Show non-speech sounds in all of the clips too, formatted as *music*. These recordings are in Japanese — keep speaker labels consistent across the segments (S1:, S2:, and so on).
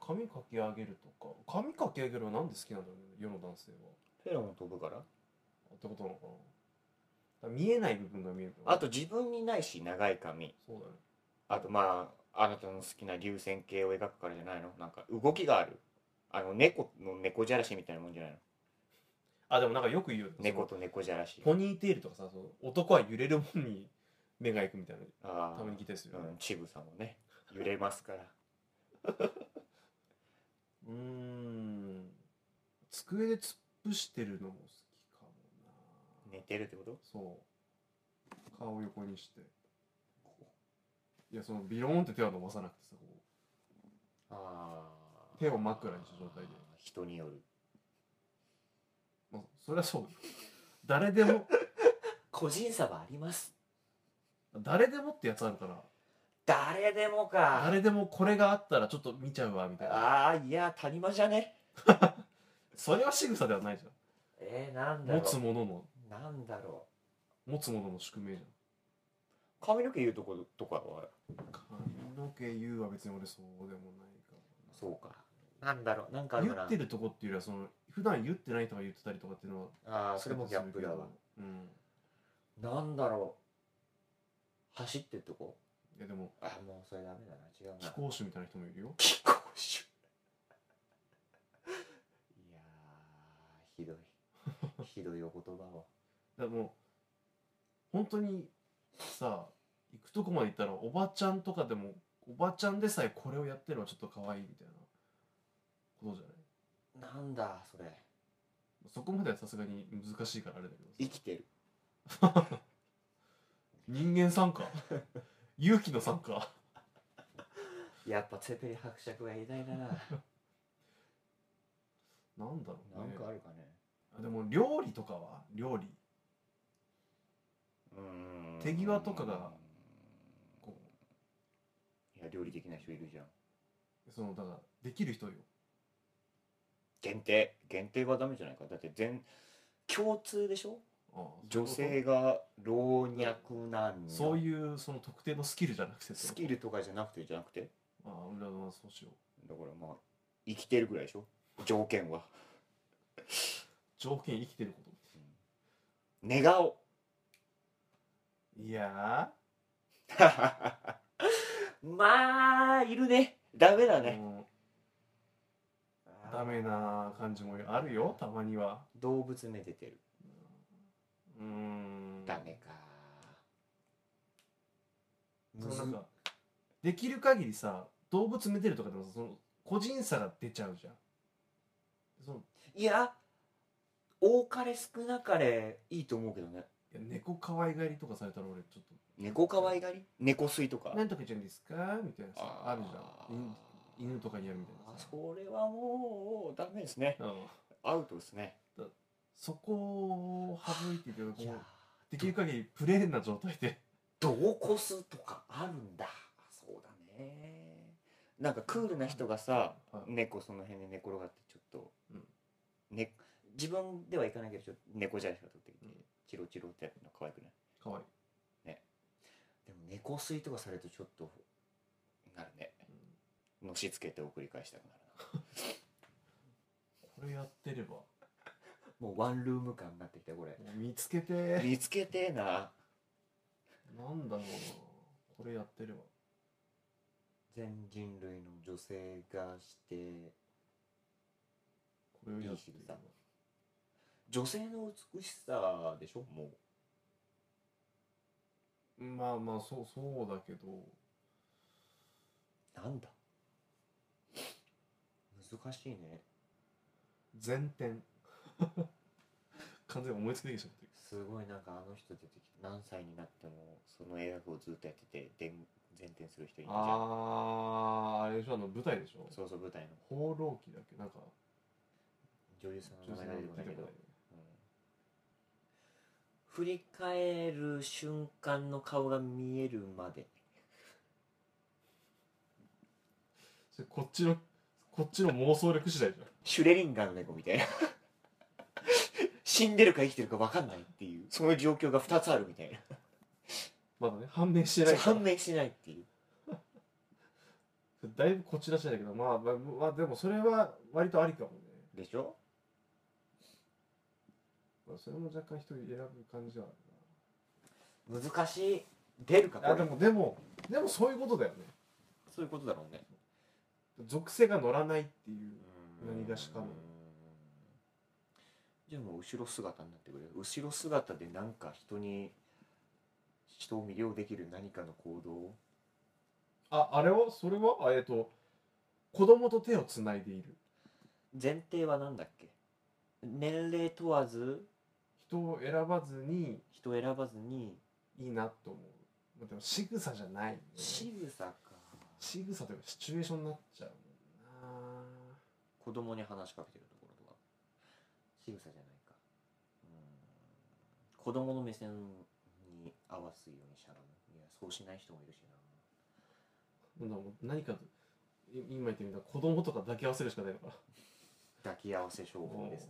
S1: 髪かき上げるとか髪かき上げるはなんで好きなんだろうね世の男性は
S2: フェロモン飛ぶから
S1: ってことなのかなだから見えない部分が見えるから
S2: あと自分にないし長い髪
S1: そうだね
S2: あとまああなたの好きな流線形を描くからじゃないのなんか動きがあるあの猫の猫じゃらしみたいなもんじゃないの
S1: あでもなんかよく言うよ
S2: 猫と猫じゃらし
S1: そのポニーテールとかさその男は揺れるもんに目が行くみたいな
S2: あ
S1: たまに聞いたりする
S2: あ、
S1: よ
S2: う
S1: ね
S2: ん、チブさんもね揺れますから
S1: うーん机で突っ伏してるのも好きかもな、
S2: 寝てるってこと
S1: そう顔を横にしていやそのビローンって手は伸ばさなくてさこ
S2: ああ
S1: 手を枕にした状態で
S2: 人による
S1: う、まあ、それはそうだよ誰でも
S2: 個人差はあります
S1: 誰でもってやつあるから
S2: 誰でもか
S1: 誰でもこれがあったらちょっと見ちゃうわみたいな
S2: ああいや谷間じゃね
S1: それは仕草ではないじゃ
S2: えー、なん
S1: ん
S2: だろ
S1: 持
S2: う
S1: つものの
S2: なんだろ
S1: 持つものの宿命じゃん
S2: う髪の毛言うとことかは
S1: 髪の毛言うは別に俺そうでもないか
S2: そうかなんだろうなんかあ
S1: ら
S2: る
S1: 言
S2: かな
S1: ってるとこっていうよりはその普段言ってない人が言ってたりとかっていうのは
S2: ああそれもギャップだわ
S1: うん
S2: なんだろう走ってるとこ
S1: いやでも
S2: あもうそれダメだな違う
S1: 貴
S2: な
S1: 公子みたいな人もいるよ
S2: 気候種いや
S1: *laughs*
S2: ーひどいひどいお言葉を
S1: だからもう本当にさ行くとこまで行ったらおばちゃんとかでもおばちゃんでさえこれをやってるのはちょっと可愛いみたいなことじゃない
S2: なんだそれ
S1: そこまではさすがに難しいからあれだけどさ
S2: 生きてる
S1: 人間参加勇気の参加
S2: やっぱツェペリ伯爵は偉大 *laughs* だな
S1: なんだろう
S2: なん
S1: ね
S2: かあるかね
S1: あでも料理とかは料理
S2: うーん
S1: 手際とかがこ
S2: いや料理的な人いるじゃん
S1: うそのだからできる人よ
S2: 限定限定はダメじゃないかだって全共通でしょ
S1: ああ
S2: 女性が老若男女
S1: そういうその特定のスキルじゃなくて
S2: スキルとかじゃなくてじゃなくて
S1: ああ俺らはそうしよう
S2: だからまあ生きてるぐらいでしょ条件は
S1: 条件生きてるこ
S2: 寝顔 *laughs*
S1: といや
S2: まあいるねダメだ
S1: ー、
S2: ね、
S1: もうダメな感じもあるよたまには
S2: 動物めでてる
S1: うーん
S2: ダメか
S1: そ
S2: む
S1: の
S2: ず
S1: なんかできる限りさ動物めでるとかでもさその個人差が出ちゃうじゃんその
S2: いや多かれ少なかれいいと思うけどね
S1: いや猫可愛がりとかされたら俺ちょっと
S2: 猫可愛がり猫吸いとか
S1: 何とか言うんですかみたいなさあるじゃん犬
S2: ん
S1: 犬とかにやるみたいなさ
S2: それはもうダメですね
S1: うん
S2: アウトですね
S1: そこを省いていけばこ
S2: いや
S1: うできる限りプレーンな状態で
S2: どうこすとかあるんだそうだねなんかクールな人がさ
S1: うん
S2: 猫その辺で寝転がってちょっと、
S1: うん
S2: ね、自分ではいかないけどちょっと猫じゃらしが取ってきて、
S1: うん
S2: チロチロってやってるの可愛くない
S1: 可愛い
S2: でも猫吸いとかされるとちょっとなるねのしつけて送り返したくなるな
S1: これやってればも *laughs*
S2: もうワンルーム感になってきたこれ
S1: う見つけて
S2: 見つけてえな
S1: なんだろうなこれやってれば
S2: 全人類の女性がして
S1: これをやってれば
S2: いい女性の美しさでしょもう
S1: まあまあそうそうだけど
S2: なんだ難しいね
S1: 前転完全に思いつきできちゃってる
S2: すごいなんかあの人出てきて何歳になってもその映画をずっとやっててでん前転する人いるじゃん
S1: あーあれでしょあの舞台でしょ
S2: そうそう舞台の
S1: 放浪記だっけなんか
S2: 女優さん
S1: ちょっ
S2: の
S1: と
S2: 名前
S1: 出
S2: が出
S1: て
S2: てこないけど、
S1: こ
S2: う
S1: なんい
S2: 振り返る瞬間の顔が見えるまで
S1: それこっちのこっちの妄想力次第じゃん
S2: シュレリンガーの猫みたいな死んでるか生きてるか分かんないっていうその状況が2つあるみたいな
S1: まだね判明してないから
S2: 判明しないっていう
S1: だいぶこっち出しだけど、まあ、まあ、まあ、でもそれは割とありかもね。
S2: でしょ
S1: まあ、それも若干人選ぶ感じはあ
S2: 難しい出るか
S1: るな。あ、でも、でも、でもそういうことだよね。
S2: そういうことだろうね
S1: 属性が乗らないっていう。何がしかも
S2: じゃあもう後ろ姿になってくれ後ろ姿でなんか人に人を魅了できる何かの行動を
S1: あ、あれはそれはあ、えっと、子供と手をつないでいる。
S2: 前提は何だっけ年齢問わず
S1: 人を選ばずに
S2: 人を選ばずに
S1: いいなと思う。まあ、でも仕草じゃない、ね。
S2: 仕草か
S1: 仕草というかシチュエーションになっちゃうもんな。
S2: 子供に話しかけてるところとか仕草じゃないかうん子供の目線に合わすようにしゃらないやそうしない人もいるしな
S1: なんだろう何かとい今言ってみたら子供とか抱き合わせるしかないのかな
S2: 抱き合わせ勝負ですね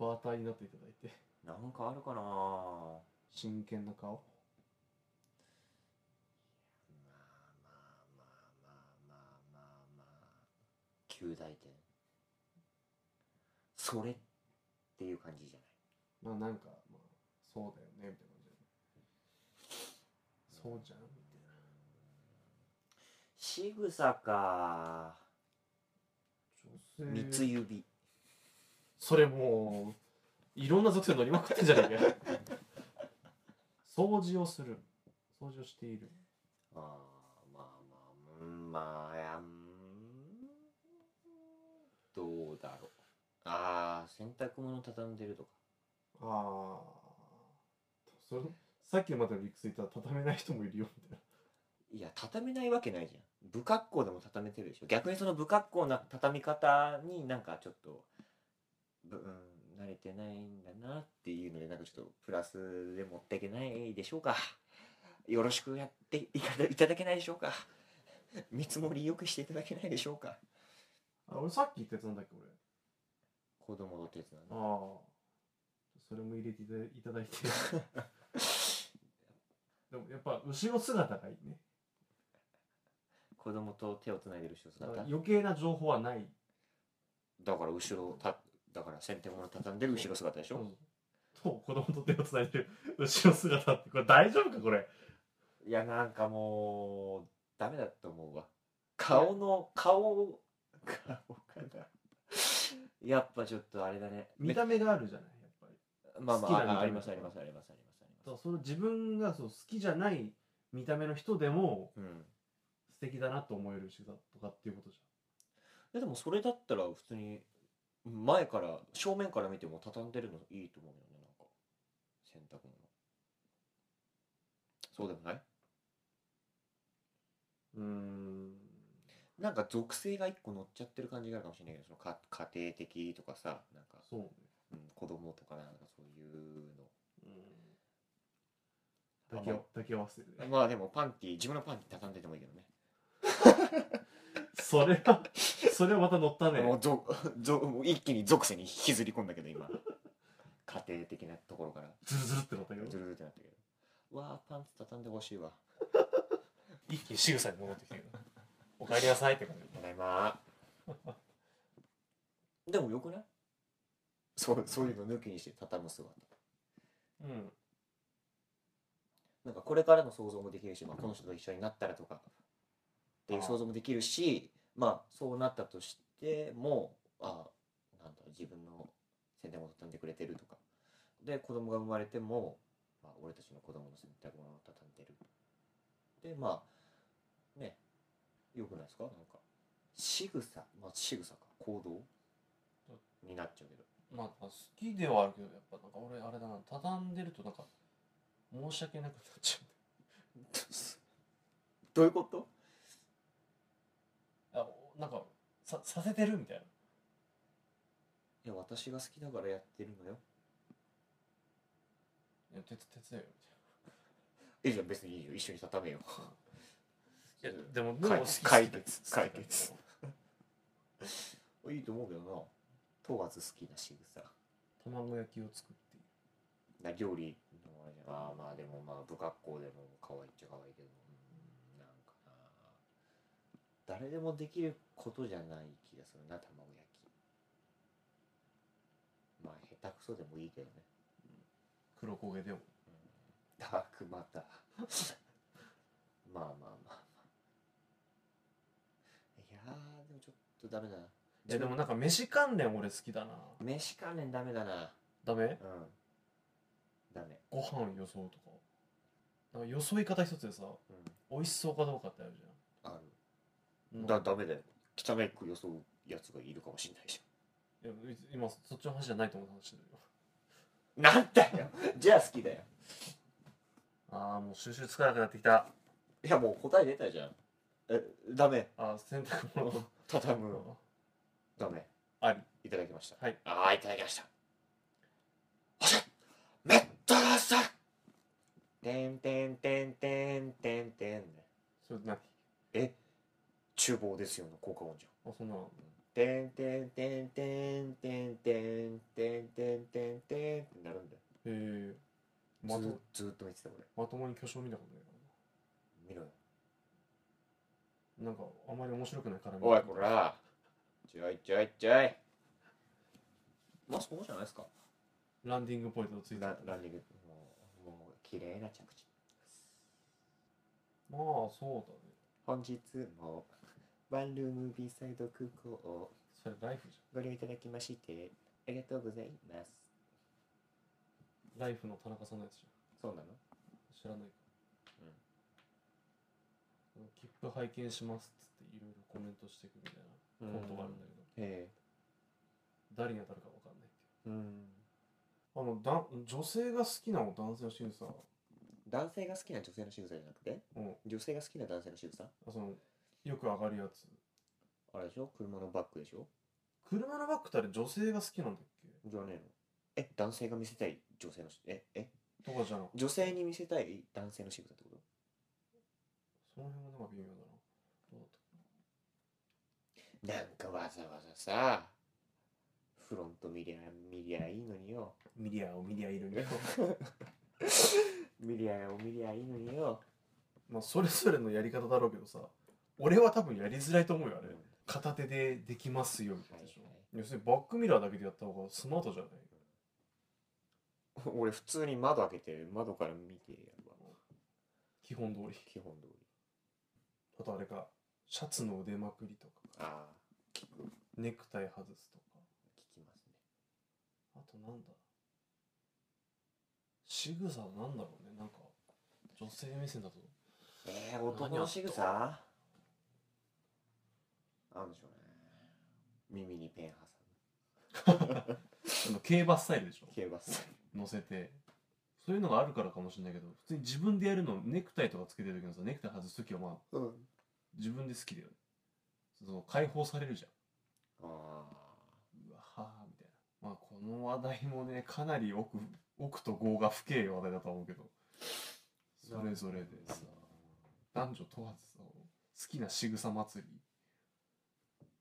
S1: バーターになっていただいて
S2: なんかあるかな
S1: 真剣な顔
S2: まあまあまあまあまあまあまあ旧大点それっていう感じじゃ
S1: まあなんか、まあ、そうだよねみたいな感じでそうじゃんみたいな
S2: ない仕草か
S1: 女
S2: 三
S1: 性
S2: 指
S1: それもういろんな属性乗りまくってんじゃねえかよ掃除をする掃除をしている
S2: ああまあまあうんまあやんどうだろうああ洗濯物畳んでるとか
S1: ああそれさっきまでの理屈言ったら畳めない人もいるよみたい
S2: いや畳めないわけないじゃん不格好でも畳めてるでしょ逆にその不格好な畳み方になんかちょっと、ぶうん、慣れてないんだなっていうのでなんかちょっとプラスで持っていけないでしょうかよろしくやっていかいただけないでしょうか見積もりよくしていただけないでしょうか
S1: なあ俺さっき言ったやつなんだっけ俺
S2: 子供の手つな
S1: ああ
S2: の
S1: それも入れていただいただいて *laughs* でもやっぱ後ろ姿がいいね
S2: 子供と手をつないでる人
S1: だ
S2: だっ
S1: か
S2: た
S1: ら余計な情報はない
S2: だから後ろただから先手物畳んでる後ろ姿でしょ、
S1: と子供と手をつないでる後ろ姿ってこれ大丈夫かこれ
S2: いやなんかもうダメだと思うわ顔の顔顔かなやっぱちょっとあれだね
S1: 見た目があるじゃないやっぱり
S2: まあま
S1: 好きな見た
S2: あ
S1: 目
S2: あありますありますありますありますあり
S1: だか
S2: ま
S1: らその自分がそう好きじゃない見た目の人でも
S2: すうん
S1: 素敵だなと思える人だとかっていうことじ
S2: えでもそれだったら普通に前から正面から見ても畳んでるのいいと思うよねなんか洗濯物そうでもない
S1: ゃんうーん
S2: なんか属性が一個乗っちゃってる感じがあるかもしれないけどそのか家庭的とかさなんか、
S1: そうね
S2: うん、子供とかなんかそういうの
S1: うん抱き合わ抱き合わせるね
S2: まあでもパンティ自分のパンティ畳んでてもいいけどね。
S1: それはそれはまた乗ったね
S2: もうぞ *laughs* ぞもう一気に属性に引きずり込んだけど今。家庭的なところから
S1: ズルズルってなったけど
S2: ズルズルってなったけど。わあパンツ畳んでほしいわ。
S1: 一気に仕草に戻ってきてるお帰りなさいって感じ
S2: ただい *laughs* ま。でもよくない？そうそういうの抜きにして畳む姿。
S1: うん
S2: なんかこれからの想像もできるし、まあ、この人と一緒になったらとかっていう想像もできるしまあそうなったとしてもあなんだ自分の洗濯物畳んでくれてるとかで子供が生まれても、まあ、俺たちの子供の洗濯物を畳んでるでまあねよくないですかなんか仕草まあ仕草か行動になっちゃうけど *laughs*
S1: まあ好きではあるけどやっぱなんか俺あれだな畳んでるとなんか申し訳なくなっちゃ
S2: どういうこと
S1: うあおなんかささせてるみたいない
S2: や私が好きだからやってるのよ
S1: いや手手伝えよ
S2: いいじゃん別にいいよ一緒に畳めよ
S1: みたいないやでも
S2: 解
S1: も
S2: 決解決解決 *laughs* いいと思うけどな問わず好きな仕草
S1: 卵焼きを作っている
S2: な料理のあれじゃんあーまあでもまあ不格好でも可愛いっちゃ可愛いけどうんなんかな誰でもできることじゃない気がするな卵焼きまあ下手くそでもいいけどね
S1: 黒焦げでも
S2: ダークマターまあまあまあまあいやーでもちょっとダメだな
S1: えでもなんか飯関連俺好きだな
S2: 飯関連ダメだな
S1: ダメ
S2: うんダメ
S1: ご飯よそうとかなんかよそい方一つでさ
S2: うん
S1: 美味しそうかどうかってあるじ
S2: あ
S1: ゃん
S2: るだダメだよ汚いく装うやつがいるかもしれないじ
S1: いやい今そっちの話じゃないと思う話してるよ
S2: ゃんなんだよ *laughs* じゃあ好きだよ
S1: ああもう収集つかなくなってきた
S2: いやもう答え出たじゃんえダメ
S1: あー洗濯物
S2: *laughs* 畳むダメ
S1: あり
S2: いただきました
S1: はい
S2: ああいただきましたおしゃめったらさてんてんてんてんてんてん
S1: それ何あ
S2: え厨房ですよの効果音じゃん
S1: そんなの
S2: てんてんてんてんてんてんてんてんてんてんってなるんだよ
S1: へえまと
S2: ずずーっと見てた俺
S1: まともに巨匠見たことないから
S2: 見ろよ
S1: ななんかあんまり面白くないから
S2: おいこらちょいちょいちょいまあそうじゃないですか
S1: ランディングポイントついてた
S2: ラランニングもうもう綺麗な着地
S1: まあそうだね
S2: 本日もワンルーム B サイド空港を
S1: それライフじ
S2: ご利用いただきましてありがとうございます
S1: ゃんライフの田中さんのやつじ
S2: そうなの
S1: ゃん知らないからうん切符拝見しますっつっていろいろコメントしてくみたいなコントがあるんだけど
S2: へえ
S1: 誰に当たるかわかんないっていう
S2: うん
S1: あのだ女性が好きなの男性の審査
S2: 男性が好きな女性の仕草じゃなくて
S1: うん
S2: 女性が好きな男性の仕草
S1: あそのよく上がるやつ
S2: あれでしょ車のバッグでしょ
S1: 車のバッグってあれ女性が好きなんだっけ
S2: じゃねえのえ男性が見せたい女性のしええ
S1: とかじゃなくて
S2: 女性に見せたい男性の仕草ってこと
S1: その辺はなんか微妙だなどうだった
S2: なんかわざわざさフロント見りゃ見りゃいいのによ *laughs*
S1: ミリアをミリアいるね
S2: 見りゃ見りゃいいのによ
S1: *laughs* まあそれぞれのやり方だろうけどさ俺は多分やりづらいと思うよあれ片手でできますよみたいなやつでしょ、
S2: はいはい
S1: 要するにバックミラーだけでやった方がスマートじゃない
S2: 俺普通に窓開けて窓から見てやるわ
S1: 基本通り
S2: 基本通り
S1: あとあれかシャツの腕まくりとか
S2: ああ聞く聞
S1: ネクタイ外すとか
S2: きますね
S1: あとなんだ仕草なんだろうねなんか女性目線だと
S2: えー、男の仕草あんでしょうね耳にペン挟
S1: あの競馬スタイルでしょ
S2: む競馬スタイル
S1: 乗せてそういうのがあるからかもしれないけど普通に自分でやるのネクタイとかつけてる時のさネクタイ外す時はまあ
S2: うん
S1: 自分で好きだよねその解放されるじゃん
S2: あ
S1: うわはあみたいなまあこの話題もねかなり奥奥と業が深い話題だとは思うけどそれぞれで
S2: あ
S1: さ男女問わずさ好きな仕草祭り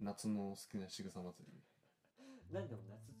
S1: 夏の好きな仕草祭り
S2: なんでも夏